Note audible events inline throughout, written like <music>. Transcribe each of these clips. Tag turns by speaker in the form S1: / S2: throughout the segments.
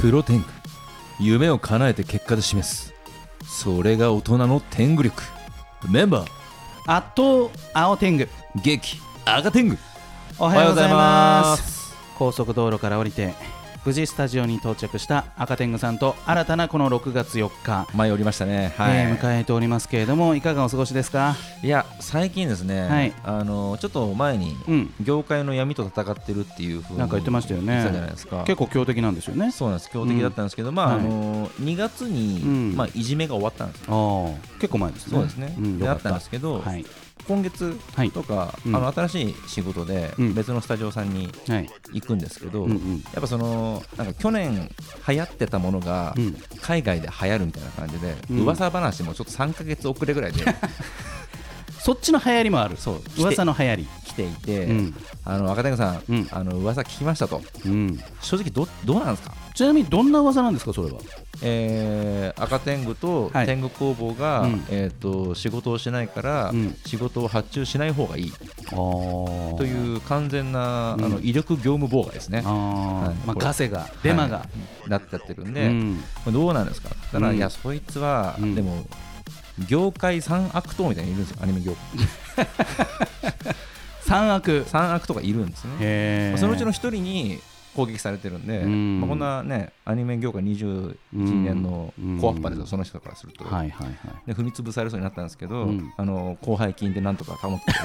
S1: プロテング夢を叶えて結果で示すそれが大人の天狗力メンバー
S2: あっと青天狗
S1: 激赤天狗
S2: お
S1: お
S2: はようございます
S1: す
S2: 高速道路から降りて無事スタジオに到着した赤天狗さんと新たなこの6月4日、
S1: 前おりましたねはい、
S2: えー迎えておりますけれどもいかがお過ごしですか
S1: いや最近ですね、
S2: はい
S1: あのちょっと前に、
S2: うん
S1: 業界の闇と戦ってるっていうふうに
S2: なんか言ってましたよね
S1: 言ってじゃないですか
S2: 結構強敵なんですよね
S1: そうなんです強敵だったんですけど、まあ、
S2: は
S1: あ
S2: い
S1: の2月に、
S2: うん
S1: まあ、いじめが終わったんですよ
S2: あー結構前ですね
S1: そうですね、
S2: ん、
S1: で
S2: よ
S1: あ
S2: かっ
S1: った
S2: た
S1: んですけど、
S2: はい、
S1: 今月
S2: はい
S1: とか、
S2: うん
S1: あの新しい仕事で
S2: うん
S1: 別のスタジオさんに
S2: はい
S1: 行くんですけど、
S2: うんうん
S1: やっぱそのなんか去年流行ってたものが
S2: うん
S1: 海外で流行るみたいな感じで、
S2: うん
S1: 噂話もちょっと3ヶ月遅れぐらい
S2: <laughs>
S1: で
S2: そっちの流行りもある
S1: そう
S2: 噂の流行り、
S1: 来ていて、
S2: うん
S1: あの赤谷さん、
S2: うん
S1: あの噂聞きましたと
S2: うん、
S1: 正直どどうなんですか、
S2: ちなみにどんな噂なんですかそれは
S1: えー赤天狗と
S2: はい
S1: 天狗工房が、
S2: うん
S1: えー、と仕事をしないから、
S2: うん
S1: 仕事を発注しない方がいい
S2: と
S1: という完全な、
S2: うん
S1: あの威力業務妨害ですね、
S2: あー、
S1: はい
S2: まあ、
S1: これ
S2: ガセがデマが、
S1: はいなっちゃってるん
S2: う
S1: で、
S2: ん
S1: どうなんですかって言ったら、
S2: うん
S1: いやそいつは、
S2: うん
S1: でも業界三悪党みたいにいるんですよアニメ業界
S2: 三悪
S1: 三悪とかいるんですね、
S2: へ
S1: ま
S2: ー
S1: あそのうちの一人に攻撃されてるんで、
S2: うん
S1: まあ、こんなねアニメ業界21年のコアッパですよ、その人からすると、
S2: はいはいはい
S1: で踏み潰されそうになったんですけど、
S2: うん
S1: あの後輩金でなんとか保ってい
S2: <laughs>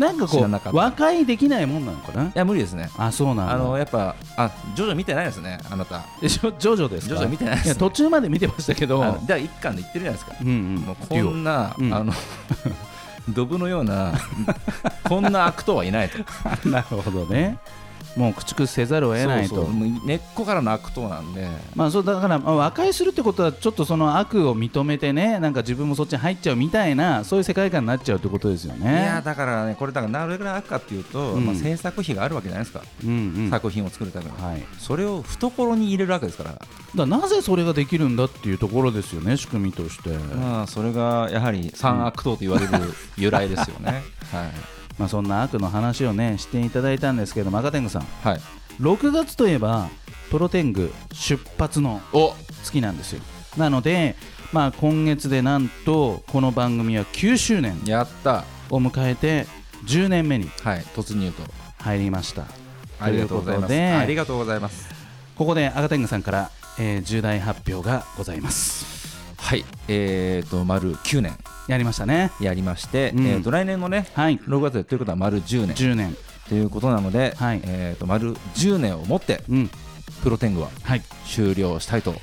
S2: なんか
S1: 知
S2: こ
S1: らなかっ
S2: う
S1: た
S2: 和解できないもんなのかな
S1: や無理ですね
S2: あそうな
S1: あの
S2: の
S1: やっぱあジョジョ見てないですねあなた
S2: えジョジョジョですか
S1: ジョジョ見てないです
S2: や途中まで見てましたけど
S1: あの第一巻で言ってるじゃないですか
S2: うんうん
S1: もうこんな、
S2: うん
S1: あの <laughs> ドブのようなこんな悪党はいないと
S2: デュオなるほどねもう駆逐せざるを得ないと
S1: そうそうもう根っこからの悪党なんで
S2: まあそうだからまあ和解するってことはちょっとその悪を認めてねなんか自分もそっちに入っちゃうみたいなそういう世界観になっちゃうってことですよ
S1: い
S2: ね
S1: やだからねこれだからなるぐらい悪かっていうと、
S2: うん
S1: まあ、制作費があるわけじゃないですか、
S2: うんうん
S1: 作品を作るための、
S2: はい
S1: それを懐に入れるわけですから、
S2: だからなぜそれができるんだっていうところですよね仕組みとして、まあ、
S1: まあ、それがやはり三悪党と言われる由来ですよね <laughs> はい、
S2: そんな悪の話をねしていただいたんですけどマカテングさん
S1: はい、
S2: 6月といえばプロテング出発の
S1: お
S2: 月なんですよなので、まあ、今月でなんとこの番組は9周年
S1: やった
S2: を迎えて10年目に
S1: はい突入と
S2: 入りました
S1: ありがとうございま
S2: と
S1: す
S2: いうことで
S1: ありがとうございます
S2: ここで赤天狗さんから、えー重大発表がございます
S1: はいえー、と丸9年
S2: やりましたね
S1: やりまして、
S2: うん
S1: えー、と来年のね
S2: はい
S1: 6月でということは丸10年
S2: 10年
S1: ということなので、
S2: はい
S1: えー、と丸10年をもって
S2: うん
S1: プロテングは
S2: はい
S1: 終了したいと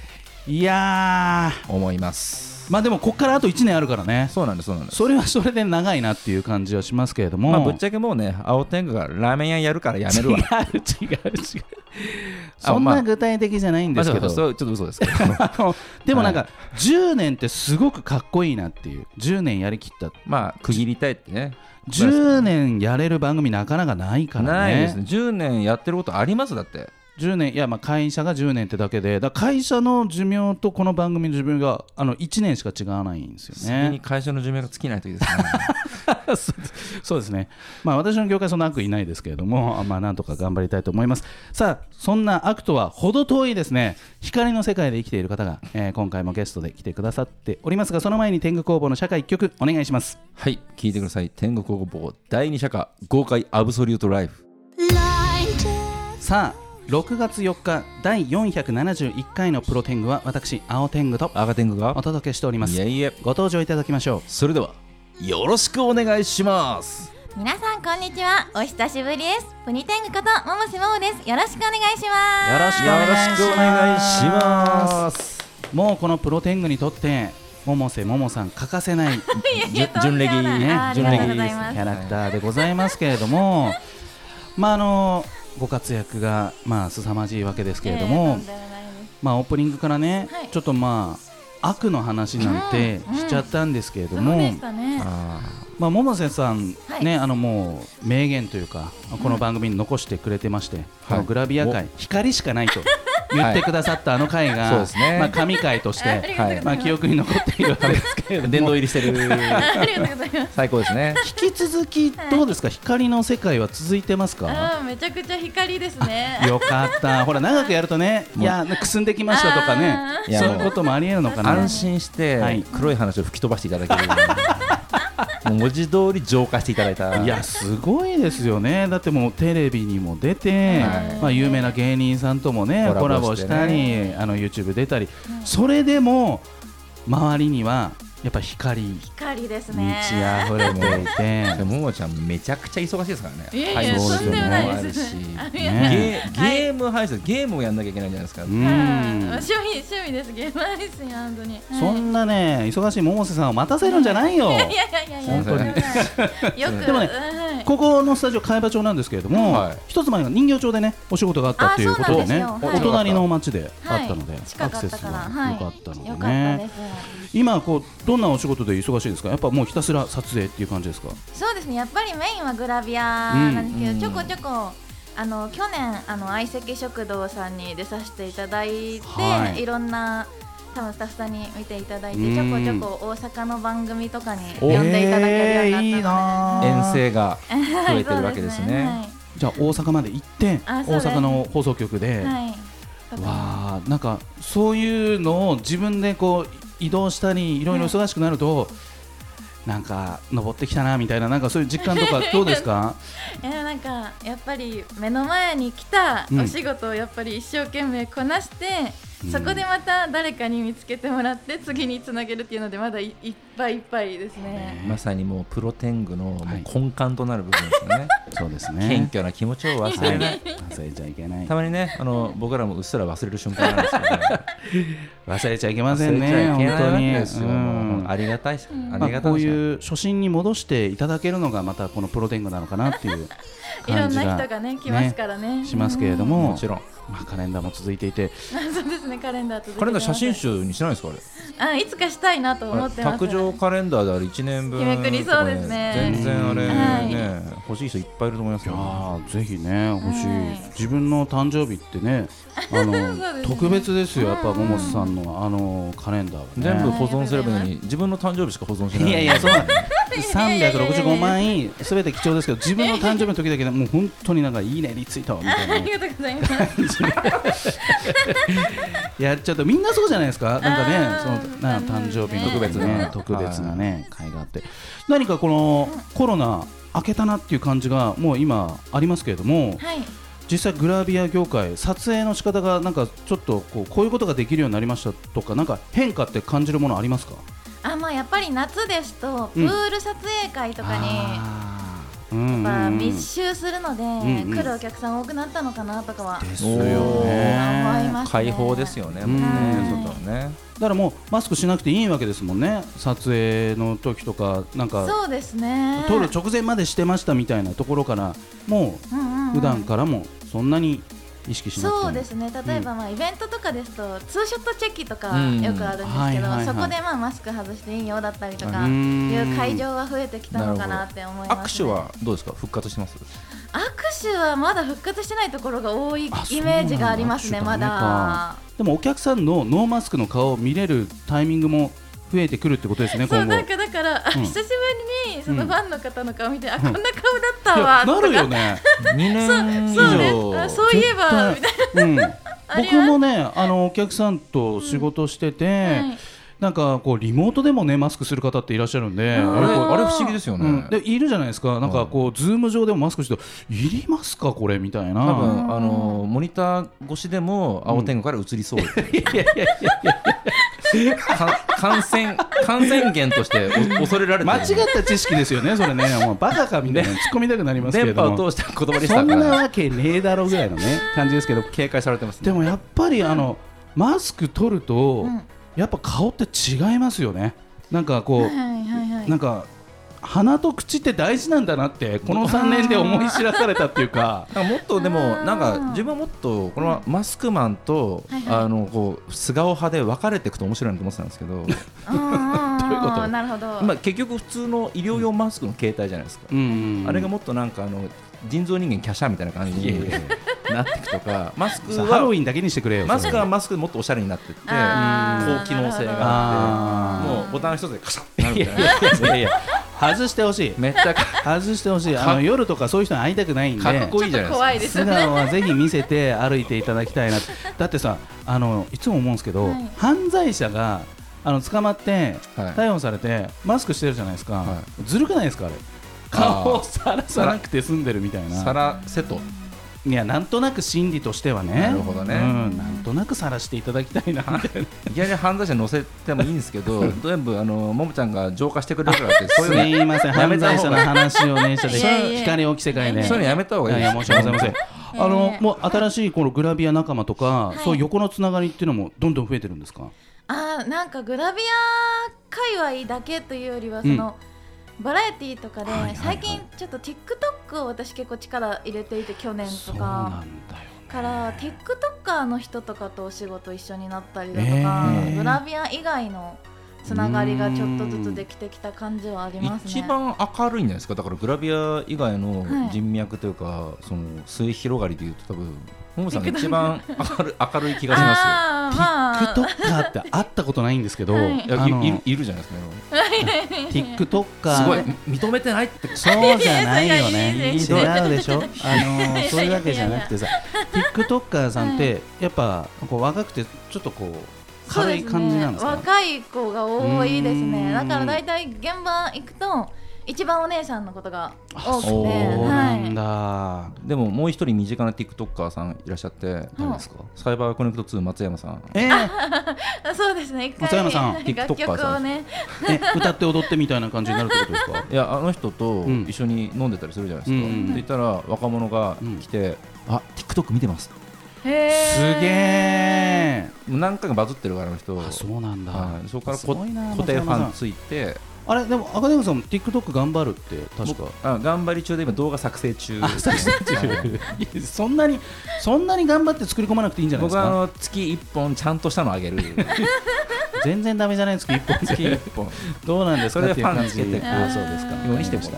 S2: いや
S1: 思います
S2: ーまあでもこっからあと1年あるからね
S1: そうなんですそうなんです
S2: それはそれで長いなっていう感じはしますけれども、
S1: まあぶっちゃけもうね青天狗がラーメン屋やるからやめるわ
S2: 違う違う違うそん
S1: ま
S2: な
S1: あ
S2: 具体的じゃないん
S1: <laughs> ま
S2: で
S1: あ
S2: す
S1: そう
S2: け
S1: そ
S2: ど、
S1: うそうちょっと嘘ですけど
S2: あのでもなんか10年ってすごくかっこいいなっていう10年やりきった
S1: <laughs> まあ区切りたいってね
S2: 10年やれる番組なかなかないから
S1: ないです
S2: ね
S1: ね10年やってることありますだって
S2: 10年いやまあ会社が10年ってだけでだから会社の寿命とこの番組の寿命があの1年しか違わないんですよ
S1: 次に
S2: ね
S1: 会社の寿命が尽きないといいですね
S2: <laughs> そうですねまあ私の業界そんな悪意ないですけれどもあまあなんとか頑張りたいと思いますさあそんな悪とは程遠いですね光の世界で生きている方が、えー今回もゲストで来てくださっておりますがその前に天狗工房の社会一曲お願いします
S1: <laughs> はい聞いてください天国工房第2社歌豪快アブソリュートライフ
S2: さあ6月4日第471回のプロ天狗は私青天狗と
S1: 赤天狗
S2: お
S1: が
S2: 届けしております
S1: いえいえ
S2: ご登場いただきましょう
S1: それではよろしくお願いします
S3: 皆さんこんにちはお久しぶりですプニテングこと桃瀬桃ですよろしくお願いします
S2: よろしくお願いします
S1: よろしくお願いします
S2: もうこのプロ天狗にとって百瀬桃さん欠かせ <laughs> ない
S3: いや
S1: 純レギ
S3: とんでもない
S1: ね
S3: <laughs> あーあり
S1: 純
S3: が
S1: レ
S3: と
S1: ギ
S3: う
S1: です
S3: ご
S1: ね
S3: ざいます
S2: キャラクターでございますけれども <laughs> まああのご活躍がまあ凄まじいわけですけれど
S3: えー
S2: も、
S3: とんでもないです
S2: まあオープニングからね、
S3: はい
S2: ちょっとまあ悪の話なんて
S3: うん
S2: しちゃったんですけれども、
S3: そうでしたね
S1: あ
S2: まあ、百瀬さん、
S3: はい
S2: ね、あのもう名言というか、この番組に残してくれてまして、このグラビア界、光しかないと言ってくださったあの回
S1: <laughs>
S2: が、
S1: そうですね
S2: まあ、神回と
S3: <laughs>
S2: し
S3: り
S2: て、
S3: がとうございます
S1: はい
S2: まあ、記憶に残っているわけですけれど
S1: <laughs>
S2: も
S1: 殿堂入りしてる
S3: ありがとうございます。
S1: 最高です <laughs> ね
S2: 引き続きどうですか光の世界は続いてますか
S3: あーめちゃくちゃ光ですね。
S2: よか
S3: <laughs>
S2: ったほら長くやるとねいやくすんできましたとかね
S1: あー
S2: そういうこともありえるのかな
S1: 安心して
S2: はい
S1: 黒い話を吹き飛ばしていただけるよ <laughs> うにもう文字通り浄化していただいた
S2: いやすごいですよね、だってもうテレビにも出
S1: は
S2: て、
S1: い
S2: まあ、有名な芸人さんともねコ
S1: コ
S2: ラ
S1: ラ
S2: ボ
S1: ボ
S2: し
S1: してね
S2: たり、あの YouTube 出たり、それでも周りにはやっぱ光に
S3: 光です
S2: 満ち
S3: ね。
S2: 溢れていて。
S1: でもももちゃんめちゃくちゃ忙しいですからね
S3: いやい
S1: 配
S3: や
S1: 信
S2: とんでもない
S3: です
S1: もあるし
S3: いや
S2: ね
S1: ゲーゲーム配信ゲームをやんなきゃいけないじゃないですか、
S2: う
S3: うん
S2: ん
S3: 趣味趣味ですゲームですよ本当に。
S2: そんなね忙しい百瀬さんを待たせるんじゃないよ
S3: はいいやいやいやいや
S2: 本当に
S3: よくよく
S2: でもね
S3: はい
S2: ここのスタジオ海馬町なんですけれども、
S1: はい
S2: 一つ前の人形町でねお仕事があったということでね
S3: あそうなんですよ
S2: お
S3: はい
S2: 隣の町であ
S3: はい
S2: ったので、
S3: 近
S2: ア
S3: か
S2: ク
S3: った
S2: セ
S3: か
S2: スが
S3: らはい
S2: 良かったので
S3: よかった
S2: ね
S3: で。
S2: 今こうどんなお仕事で忙しいですかやっぱもうひたすら撮影っていう感じですか
S3: す。そうですねやっぱりメインはグラビアなんですけど、
S1: うん
S3: ちょこちょこ。あの去年あの相席食堂さんに出させていただいて、
S2: はい
S3: い、ろんな多分スタッフさんに見ていただいて
S2: うん
S3: ちょこちょこ大阪の番組とかに呼んでいただけるようになったの
S2: えーいいな
S1: 遠征が
S3: で、
S1: ー
S3: はい
S1: 増えてるわけですね
S3: <laughs> そうはい
S2: じゃあ大阪まで行って大
S3: あそうです
S2: 阪の放送局で、
S3: はい。
S2: わあなんかそういうのを自分でこう移動したりいろいろ忙しくなると、なんか登ってきたなみたいななんかそういう実感とかどうです
S3: <laughs>
S2: か
S3: いやなんかやっぱり目の前に来た
S2: うん
S3: お仕事をやっぱり一生懸命こなして、
S2: うん
S3: そこでまた誰かに見つけてもらって次につなげるっていうのでまだいいっぱいいっぱいですね。
S1: まさにもうプロテングのもう
S2: はい
S1: 根幹となる部分ですよ <laughs> ね、
S2: そうです
S1: 謙
S2: ね
S1: 虚な気持ちを忘れない、
S2: 忘れちゃいけない
S1: たまにねあの僕らもうっすら忘れる瞬間なんですけど、ね、 <laughs>
S2: 忘れちゃいけませ
S1: 忘れ
S2: んね
S1: ちゃいけない
S2: 本当
S1: わけ
S2: に
S1: ですよ、もうありがたいしあ
S2: ま
S1: りが
S2: あ、
S1: た
S2: こ
S1: いうし
S2: いう初心に戻していただけるのがまたこのプロテングなのかなっていう
S3: いろ
S2: 感
S3: ん
S2: じが
S3: な人がね来ますからね。
S2: しますけれど
S3: も。
S2: も
S1: もちろん
S2: まあ、カレンダーも続いていて
S3: <laughs> そうですねカレンダー続けて
S1: カレンダー写
S3: ます
S1: 真集にしないんですかあれ
S3: あいつかしたいなと思
S1: あ
S3: っ
S1: れ
S3: てます。
S1: 卓上カレンダーであれ1年分
S3: 日めくりそうですね
S1: とか全然あれ
S3: はい
S1: ね、欲しい人いっぱいいると思いますけ
S2: いや
S1: ど、
S2: ーぜひね欲しい、
S3: はい
S2: 自分の誕生日ってねあの
S3: すね
S2: 特別ですよやっぱ桃瀬さんのあのカレンダーはね
S1: 全部保存すればいいのに自分の誕生日しか保存しない
S2: <laughs> いやいやそうなんだ
S3: いやいやいや
S2: 365枚すべて貴重ですけど自分の誕生日の時だけねもう本当になんかいいねリツイートみたいな
S3: ありがとうございます。 <laughs>
S2: やっちゃうとみんなそうじゃないですかなんか
S3: あ
S2: ね
S3: ー
S2: そのな誕生日の
S1: 特別な
S2: ね特別なね会があって何かこのコロナ明けたなっていう感じがもう今ありますけれども
S3: はい。
S2: 実際グラビア業界撮影の仕方がなんかちょっとこうこういうことができるようになりましたとかなんか変化って感じるものありますか
S3: あまあやっぱり夏ですとプ
S2: うん
S3: ール撮影会とかに。
S2: あーうんうん
S3: まあ、
S2: うん
S3: 密集するので、
S2: んうん
S3: 来るお客さん多くなったのかなとかは
S2: ですよね
S3: 思いますね
S1: 解放ですよね、もう
S2: うん
S1: ね、外はね。
S2: だからもうマスクしなくていいわけですもんね撮影の時とかなんか
S3: そうですね
S2: 撮る直前までしてましたみたいなところからも
S3: うんうんう
S2: うん普段からもそんなに意識しなくても
S3: そうですね例えばまあイベントとかですと、ツーショットチェキとか
S1: うん
S3: よくあるんです
S2: はい
S3: け
S2: は
S3: ど、
S2: いはい
S3: そこでまあマスク外していいよだったりとか
S2: う
S3: い
S2: ん
S3: う会場は増えてきたのかなって思います、
S1: 握手はどうですか、復活して
S3: <laughs>
S1: ます。
S3: 握手はまだ復活してないところが多いイメ
S2: あそう
S3: ージがありますね
S2: な
S3: ま
S2: んだ
S3: だ
S2: でもお客さんのノーマスクの顔を見れるタイミングも増えてくるってことですね
S3: そう
S2: 今後
S3: なんかだから、あ
S2: うん
S3: 久しぶりにそのファンの方の顔見て、あ
S2: ん
S3: こんな顔だっ
S2: い
S3: たわ
S2: や
S3: とか
S2: なるよ
S3: <laughs>
S2: ね
S1: 2年以
S3: そうねあ
S1: 上。
S3: そういえ
S2: <laughs>
S3: ばみたいな
S2: うん、
S3: あり
S2: 僕もねあのお客さんと仕事してて、
S3: うんはい
S2: なんかこうリモートでもねマスクする方っていらっしゃるんで、
S1: あれ、
S2: あれ
S1: あれ不思議ですよ
S2: う
S1: ね
S2: ん、。でいるじゃないですか、なんかこう、ズーム上でもマスクしてると、いりますか、これみたい
S1: 多
S2: な、
S1: 分、あの、モニター越しでも、青天狗から移りそう。か感染、感染源として、お恐れられてる。
S2: 間違った知識です
S1: <laughs>
S2: よね、それね、もうバカかみたいな、突っ込みたくなりますけれ
S1: 電
S2: ど
S1: 波
S2: も、
S1: を通した言葉でし
S2: そ
S1: た
S2: ん
S1: か
S2: な
S1: ら。
S2: わけねえだろうぐらいのね、感じですけど、
S1: 警戒されてますね。
S2: でもやっぱり、あのマスク取ると、
S3: うん
S2: やっぱ顔って違いますよね、なんかこう、
S3: はいはいはい
S2: なん <laughs> か鼻と口って大事なんだなってこの3年で思い知らされたってい
S1: <laughs>
S2: うか
S1: なんかもっとでも
S3: あー
S1: なんか自分はもっとこのマスクマンと
S3: はいはい
S1: あのこう素顔派で分かれていくと面白いなと思ってたんですけど
S3: うんうんん
S2: どういうこと
S3: なるほど、
S1: まあ結局普通の医療用マスクの携帯じゃないですか
S2: うん
S1: あれがもっとなんかあの人造人間キャシャみたいな感じになっていくと <laughs> かマスク
S2: さハロウ
S1: は
S2: ィンだけにしてくれよ
S1: マスクは
S2: そ
S1: マスクでもっとおしゃれになってって
S3: あー
S1: 高機能性
S2: れ
S1: があって
S2: あ
S1: もうボタン一つでカシャってなる
S2: ーい
S1: み
S2: や
S1: たい
S2: い
S1: な
S2: やいやいや外してほしい
S1: めっち <laughs> ゃか
S2: 外してほしいあ
S1: か
S2: の夜とかそういう人に会いたくないんで
S1: かっこいい
S3: ち
S1: じ
S3: ょ
S1: ゃ
S3: っ
S1: ない
S3: と
S1: ですか
S2: 素
S3: 怖いですよね。
S2: 顔はぜひ見せて歩いていただき
S3: <laughs>
S2: たいなってだってさあのいつも思うんですけど、
S3: はい
S2: 犯罪者があの捕まって
S1: はい
S2: 逮捕されてマスクしてるじゃないですか、
S1: は
S2: ずるくないですかあれ
S1: あー
S2: 顔をさらさなくて済んでるみたい
S1: サ
S2: な
S1: ラセト
S2: いやなんとなく心理としてはね
S1: なるほどね
S2: うん、なんとなくさらしていただきたいなみたいない
S1: きなり犯罪者乗せてもいいんですけど全部あのももちゃんが浄化してくれるからって <laughs> そう
S2: す
S1: いう
S2: いません
S1: やめ
S2: 犯
S1: た
S2: 罪
S1: 方
S2: 者
S1: が
S2: の話を
S3: <laughs>
S2: ねしちゃって
S3: いやいや
S2: 光大きい世界で
S1: のそういうのやめた方
S2: い
S1: がい
S2: や
S1: い
S2: い
S1: で
S2: や
S1: す
S2: 申し訳ございませんあのもう新しいこのグラビア仲間とか、
S3: はい
S2: そういう横のつながりっていうのもどんどん増えてるんですか
S3: あーなんかグラビア界隈だけというよりはその、バラエティーとかで、
S2: はいはいはい
S3: 最近ちょっと TikTok を私結構力入れていて去年と
S2: そうな
S3: か
S2: んだよね
S3: から TikToker の人とかとお仕事一緒になったりだと
S2: え
S3: か、
S2: ー
S3: グラビア以外のつながりがちょっとずつできてきた感じはありますね。
S1: 一番明るいんじゃないですかだからグラビア以外の
S3: はい
S1: 人脈というか、その末広がりでいうと多分ももさんが一番明る明るい気がしま
S3: あーまあ
S2: TikToker って会ったことないんですけど、
S3: はい
S1: すよいや
S2: あの
S1: いいいるじゃないですか、すごい
S2: TikToker
S1: 認めてないって
S2: そうじゃないよね
S3: いやいやいやいや
S2: 違うでしょあのーそういうわけじゃなくてさ TikToker さんってやっぱこう若くてちょっとこう
S3: そう
S2: 軽
S3: で
S2: い
S3: す
S2: 感じなんですか
S3: ね、若い子が多いです
S2: うーん
S3: ねだから大体現場行くと一番お姉さんのことが多くて
S1: そう
S2: なんだ、
S3: は
S1: でももう一人身近な TikToker さんいらっしゃって
S3: 誰です
S1: かサイバーコネクト2松山さん
S2: えー
S3: い、そうですね一
S2: 松山さん
S3: 回楽
S1: TikToker
S3: 曲
S1: さ
S3: を
S1: ん
S3: ね
S2: え歌って踊ってみたいな感じになるってことですか
S1: いやあの人と
S2: うん
S1: 一緒に飲んでたりするじゃないですか、
S2: うんうんうん
S1: って言ったら若者が来て、あ TikTok 見てます
S3: すげ
S2: すげえ
S1: もう何回かバズってるからあの人
S2: あそうなんだ、
S1: はいそこから
S2: す
S1: こ
S2: ごいな
S1: 固定フ
S2: 松山
S1: ァ
S2: さ
S1: ン
S2: ん
S1: ついて
S2: あれでもアカデミーさんも TikTok 頑張るって確か
S1: 僕あ頑張り中で今動画作成中
S2: あ作成中
S1: はい
S2: いや <laughs> そんなにそんなに頑張って作り込まなくていいんじゃないで
S1: 僕
S2: す
S1: はあ
S2: か
S1: の月1本ちゃんとしたのあ
S2: <laughs>
S1: げる
S2: 全然ダメじゃないですか一本
S1: 月
S2: で
S1: 1本
S2: どうなんです
S1: そ
S2: か
S1: れ
S2: っ
S1: でフ
S2: てい
S1: ァ
S2: う感
S1: ンつ
S2: じ
S1: けてこう
S2: あそうですか
S1: ようにしてました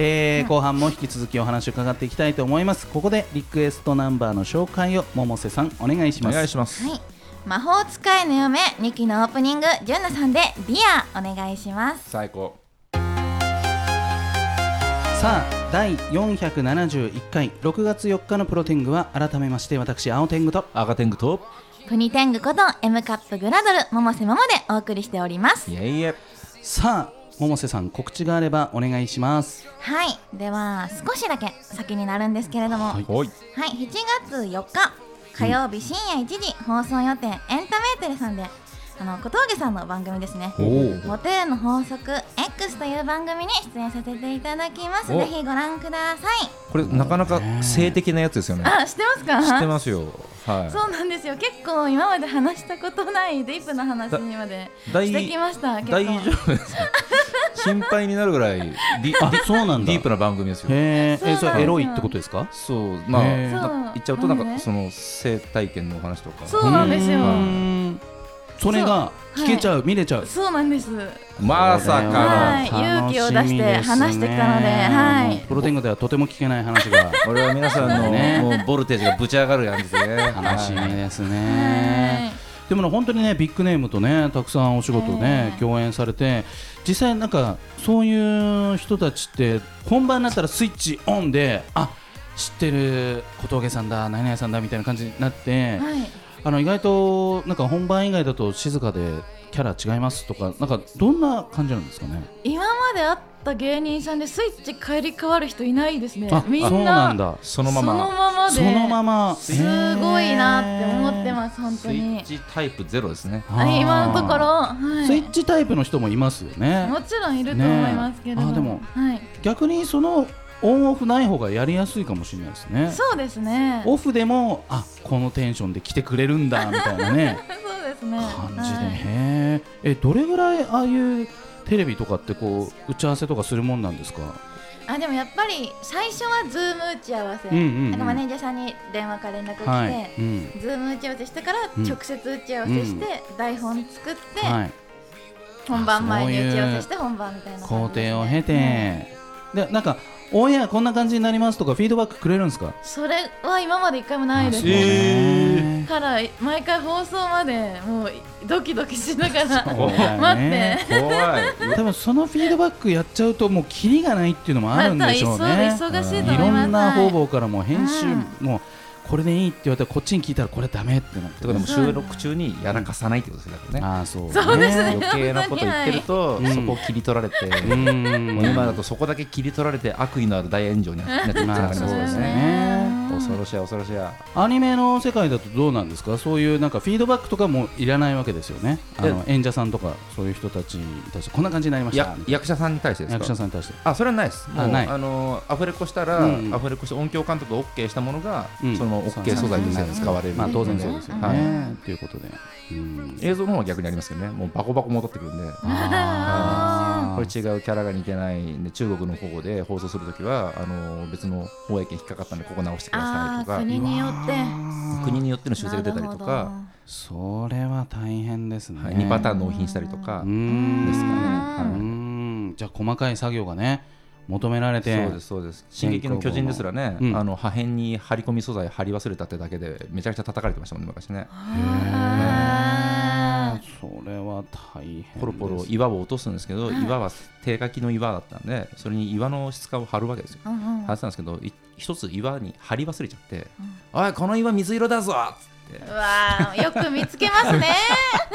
S2: えー後半も引き続きお話を伺っていきたいと思いますここでリクエストナンバーの紹介を百瀬さんお願いし
S1: お
S2: ます
S1: 願いします
S3: はい魔法使いの嫁2期のオープニングジュンナさんで「ディアお願いします
S1: 最高
S2: さあ第471回6月4日のプロテングは改めまして私青天狗と
S1: 赤天狗と
S3: プニテングこと M カップグラドル百瀬桃でお送りしております
S1: いえいえ
S2: さあ百瀬さん告知があればお願いします
S3: はいでは少しだけ先になるんですけれども、
S1: はい
S3: はい、7月4日火曜日深夜1時放送予定エンタメーテレさんであの小峠さんの番組ですね
S1: おお
S3: モテるの法則 X という番組に出演させていただきます
S1: お
S3: ぜひご覧ください
S1: これなかなか性的なやつですよね
S3: あ、知ってますか
S1: 知ってますよは
S3: そうなんですよ結構今まで話したことないディープな話にまで
S1: い大
S3: してきました結構
S1: 大丈夫ですか <laughs> 心配になるぐらいディ
S2: あ
S1: ディ
S2: そうなん
S1: デ
S2: だ
S1: ィープな番組ですよ
S2: へえ
S3: そうなん
S2: え
S3: です
S2: そ
S3: よ
S2: れエロいってことですか
S1: そうまあ
S2: へー
S1: な
S3: そう
S1: 言っちゃうとなん
S3: なん
S1: か
S3: で
S1: その性体験のお話とか
S3: そうなんですよ
S2: うーんそれが聞けちゃう、見れちゃう
S3: そうなんです
S1: まさ
S3: これは
S1: か
S3: い勇気を出して話してきたのではい
S2: プロテングではとても聞けない話が
S1: のこれは皆さんの
S2: ね
S1: もうボルテージがぶち上がるやつですね
S2: 楽しみ
S1: はい
S2: です
S3: は
S2: ね
S3: い。
S2: でもね本当にねビッグネームとねたくさんお仕事ね
S3: ええ
S2: 共演されて実際なんかそういう人たちって本番になったらスイッチオンであ知ってる小峠さんだ何々さんだみたいな感じになって
S3: はい
S2: あの意外となんか本番以外だと静かでキャラ違いますとかなんかどんな感じなんですかね
S3: 今まで会った芸人さんでスイッチ変えり変わる人いないですね
S2: あ
S3: みんな
S2: そうなんだ
S1: そのまま
S3: そのままです
S2: そのまます
S3: すごいなって思ってます本
S1: ス
S3: 当
S1: イッ
S3: に
S1: チタイプゼロですね
S2: あー
S3: 今のところ、はい、
S2: スイッチタイプの人もいますよね
S3: もちろんいると思いますけれども,、
S2: ねえあでも
S3: はい、
S2: 逆にそのオンオフない方がやりやすいかもしれないですね
S3: そうですね
S2: オフでもあこのテンションで来てくれるんだみたいなね
S3: そうですね
S2: 感じで、
S3: はい
S2: ねえどれぐらいああいうテレビとかってこう打ち合わせとかするもんなんですか
S3: あでもやっぱり最初はズーム打ち合わせ、
S2: うんうんうん
S3: なんかマネージャーさんに電話から連絡来て、
S2: はい、うん
S3: ズーム打ち合わせしてから
S2: うん
S3: 直接打ち合わせして、台本作って、
S2: はい、
S3: 本番前に打ち合わせして本番みたいな感じ
S2: 工
S3: ですね
S2: 程を経て、でなんかオンエアこんな感じになりますとかフィードバックくれるんですか
S3: それは今まで一回もないです
S2: あそう
S3: ね
S2: ね
S3: から毎回放送までもうドキドキしなが
S2: <laughs>
S3: ら
S2: そうだよ
S3: 待っ
S2: ね
S3: て
S1: 怖い
S2: 多分そのフィードバックやっちゃうともうキリがないっていうのもあるんでしょうね、
S3: また忙しいと思います
S2: ろんな方々からも編集
S3: うん
S2: もうこれでいいって言われたらこっちに聞いたらこれダメってなって
S1: とかでも収録中にやらかさないってことですよね。
S2: ああそうね
S3: そうですね
S1: 余計なこと言ってると、
S2: 本当に
S1: そこを切り取られて、
S2: う
S1: も
S2: ん
S1: う今だとそこだけ切り取られて悪意のある大炎上になっていっちゃう
S2: ま
S1: か
S2: あ
S1: ら
S2: そうです
S3: そうです
S2: ね
S3: ね
S1: 恐ろしい恐ろしいや。
S2: アニメの世界だとどうなんですかそういうなんかフィードバックとかもいらないわけですよねあの演者さんとかそういう人たちに対してこんな感じになりました
S1: や役者さんに対してですか
S2: 役者さんに対して
S1: あそれはないです、も
S2: あ
S1: う
S2: ない
S1: あのアフレコしたら、
S2: うん
S1: アフレコして音響監督が OK したものが、
S2: うん
S1: その OK 素材として使われる、
S2: まあ当然そうですよ
S1: はい
S2: ねということでうん
S1: 映像の方は逆にありますけどね、もうバコバコ戻ってくるんで、
S2: あー
S1: これ違うキャラが似てないんで、中国の方で放送するときは、あの別の放映権引っかかったんで、ここ直してくださ
S3: あ
S1: いと
S3: あ
S1: か、
S3: 国によって
S1: 国によっての修正が出たりとか、
S2: それは大変ですね、
S1: はい、2パターン納品したりとか
S2: うー
S1: で
S2: ん
S1: すかね。
S2: うー
S1: はい
S2: んじゃあ細かい作業がね求められ
S1: そ
S2: て
S1: うですそうです進撃の巨人ですらね、
S2: うん
S1: あの破片に張り込み素材貼り忘れたってだけでめちゃくちゃ叩かれてましたもんね昔ね
S3: あ
S2: それは大変です
S1: ポロポロ岩を落とすんですけど、岩は手書きの岩だったんでそれに岩の質感を貼るわけですよ
S3: ーうんうん
S1: 貼ってたんですけどい一つ岩に貼り忘れちゃって「おいこの岩水色だぞ!」っつって
S3: うわーよく見つけますね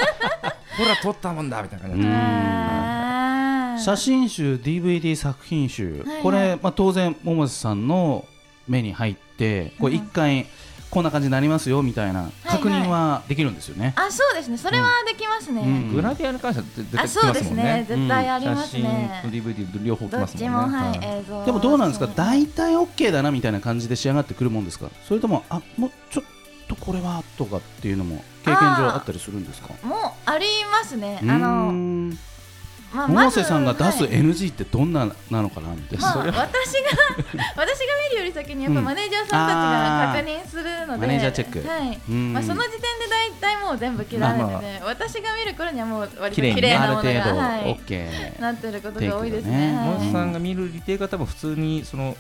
S1: 「ほら取ったもんだ!」みたいな感
S2: <laughs> う
S1: じで
S2: ん
S3: あー
S2: 写真集 DVD 作品集、
S3: はいはい
S2: これ、まあ、当然百瀬さんの目に入ってこれ一回こんな感じになりますよみたいな確認はできるんですよね、
S3: あそうですねそれはできますね、
S2: うん
S1: グラビアに関しては絶
S3: あ
S1: 対来
S3: そう
S1: ま
S3: です
S1: も
S3: す
S1: ん
S3: ね
S1: ね
S3: 絶対ありま
S1: 写
S3: す
S1: 真
S3: ね
S1: と、DVD 両方来
S3: ど
S1: ま
S3: っ
S1: す
S3: ち
S1: もんね。
S3: もはい、
S1: はい
S3: 映像
S2: でもどうなんですか
S3: そう
S2: 大体 OK だなみたいな感じで仕上がってくるもんですかそれともあもうちょっとこれはとかっていうのも経験上あったりするんですか
S3: もうありますね
S2: う
S3: あ
S2: ー
S3: の
S2: ん
S3: まあ
S2: 百
S3: まず
S2: 瀬さんが出す
S3: はい
S2: NG ってどんななのかなみたいな、
S3: まあ、私が
S2: <laughs>
S3: 私が見るより先にやっぱ
S2: うん
S3: マネージャーさんたちが確認するので、
S2: マネージャーチェック
S3: はい、
S2: うん
S3: まあ、その時点で大体もう全部切られてて、
S1: まあ
S3: 私が見る頃にはもう割と
S1: 綺
S3: 綺
S1: 麗に
S3: 麗
S2: あ
S3: な
S2: る
S3: もの
S2: 程
S3: が、
S2: 度
S3: はい、
S2: OK、
S3: <laughs> なってることが多いですね
S2: テイクだね
S3: は
S1: モ
S3: い
S1: ンスさんが見るリテイ方も普通にその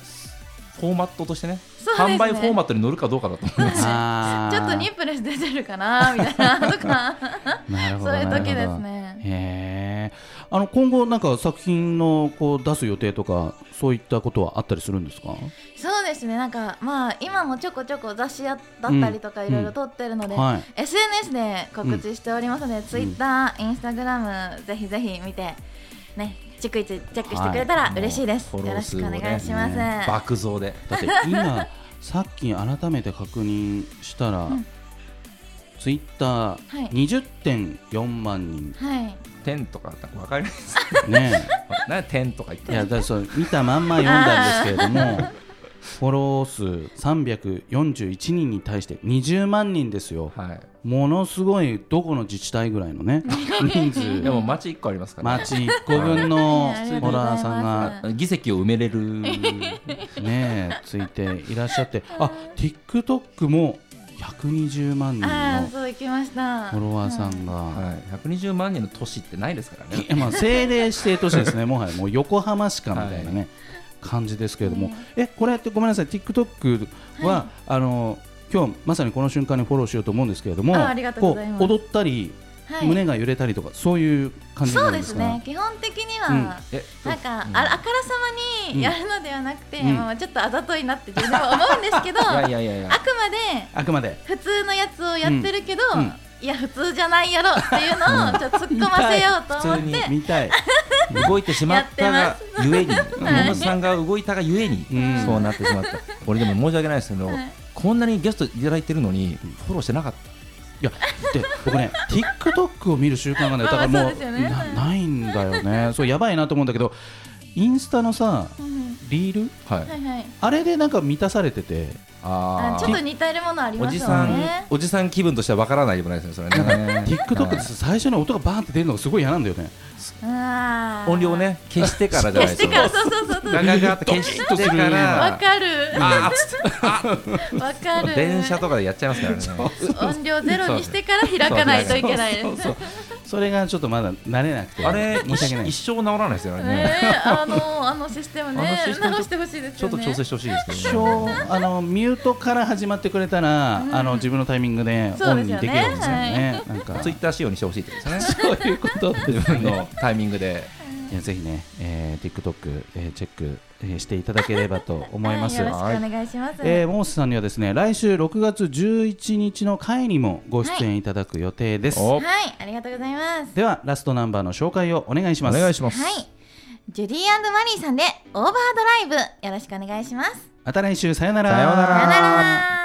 S1: フォーマットとしてね
S3: そうですね
S1: 販売フォーマットに乗るかどうかだと思い
S3: <laughs>
S1: ます
S2: あ
S3: ちょ
S2: ー
S3: っとニップレス出てるかなみたいなとか
S2: <laughs> なるほど
S3: <laughs> そうい
S2: なる
S3: う
S2: ほど
S3: 時ですね
S2: へえあの今後なんか作品のこう出す予定とかそういったことはあったりするんですか
S3: そうですねなんかまあ今もちょこちょこ雑誌やだったりとか
S2: うん
S3: いろいろ撮ってるので、
S2: はい
S3: SNS で告知しておりますので、ツイッター、インスタグラムぜひぜひ見てね逐一チェックしてくれたら嬉しいです、
S1: はいもう
S3: よろしくお願いし
S1: フォロ
S3: ま
S1: ー
S3: す、
S1: 数をね爆増で
S2: だって今さっき改めて確認したら、
S3: ん
S2: ツイッター
S3: はい
S2: 20.4万人
S3: はい
S1: 点とかだったら分かり
S3: <laughs>
S1: ます
S2: ね
S1: なんで点とか言って
S2: い
S1: ん
S2: や
S1: の
S2: だからそれ見たまんま読んだんですけれどもフォロー数341人に対して20万人ですよ
S1: は
S2: ものすごいどこの自治体ぐらいのね人数
S1: い、でも町1個ありますから、ね
S2: 町1個分の
S3: ありがと
S2: ホ
S3: うござい
S2: ラ
S3: ま
S2: ー
S3: す
S2: さんが
S1: 議席を埋めれる
S2: ねついていらっしゃってあ TikTok も120万人
S3: ああ
S2: の
S3: そう行きました
S2: フォロワーさんが。
S1: はい、120万人の都市ってないですからね
S2: いやまあ政令指定都市ですね、もはやもう横浜市かみたいなね、感じですけれども、えこれってごめんなさい、TikTok は、あの今日まさにこの瞬間にフォローしようと思うんですけれども、
S3: あありがとうございます
S2: こう踊ったり、
S3: はい
S2: 胸が揺れたりとか、そういう感じに
S3: そ
S2: な
S3: う
S2: るん
S3: で
S2: ですすか
S3: ね基本的には、
S2: うん
S1: え
S3: なんか、ああからさまにやるのではなくて、
S2: うん
S3: まあ、ちょっとあざといなって自分は思うんですけ
S2: <laughs>
S3: ど
S1: いやいやいやいや
S3: あくまで
S2: あくまで
S3: 普通のやつをやってるけど、
S2: うんうん
S3: いや普通じゃないやろっていうのをちょっと突っ込ませようと思っ
S1: 見
S3: て
S2: 見たい、
S1: 動いてしまったがゆえに野本さんが動いたがゆえに、
S2: うん
S1: そうなってしまった俺でも申し訳ないですけど、
S3: はい
S1: こんなにゲストいただいてるのにフォローしてなかった
S2: いやで僕ね TikTok を見る習慣がねだから
S3: <laughs> まあま
S2: も
S3: あ
S2: う
S3: そうですよね
S2: なないんだよねそうやばいなと思うんだけどインスタのさ
S3: うん
S2: リール
S1: はい、
S3: はいはい
S2: あれでなんか満たされてて
S1: あー
S3: あちょっと似てるものあり
S1: お
S3: ます
S1: じ
S3: よ
S1: さん、
S3: ね
S1: おじさん気分としてはわからないでもないですねそれね
S2: TikTok でさ最初に音がバーンって出るのがすごい嫌なんだよね
S3: あー
S1: 音量ね消してからじゃな
S3: 消
S1: い
S3: し
S1: と
S3: てからそうそうそうそう
S1: ガガガって消してか
S3: わ
S1: ら
S3: かる
S1: あーっつって
S3: <laughs> わかる
S1: 電車とかでやっちゃいますからね
S3: 音量ゼロにしてから開かないといけないです
S2: そうそうそうそれがちょっとまだ慣れなくて
S1: あれ
S2: 申し訳ない
S1: 一生治らないですよね。
S3: ねえあのあのシステム
S1: あ
S3: ね
S1: のシステム
S3: 直してほしいです
S1: ちょ
S3: よ
S1: っと
S3: ね
S1: 調整してほしいですけ
S2: 一
S1: どね。
S2: 応あのミュートから始まってくれたら、
S3: うん
S2: あの自分のタイミングでオ
S3: そう
S2: ン
S3: で
S2: に
S3: す
S2: で
S3: よ
S2: き
S3: ね
S2: るんですよね。なんか
S1: ツイッター仕様にしてほしいってことですね。
S2: そういうことです
S1: 自分
S2: ね。
S1: のタイミングで。
S2: いやぜひね、えー、TikTok、えーチェック、えーしていただければと思います。
S3: はよろしくお願いします、
S2: えー、モースさんにはですね来週6月11日の会にもご出演いただく予定です、
S1: お
S3: はいありがとうございます
S2: ではラストナンバーの紹介をお願いし
S1: お
S2: ます
S1: 願いします。
S3: はいジュリーマリーさんでオーバードライブよろしくお願いします
S2: また来週さよ
S1: さようなら
S3: さよなら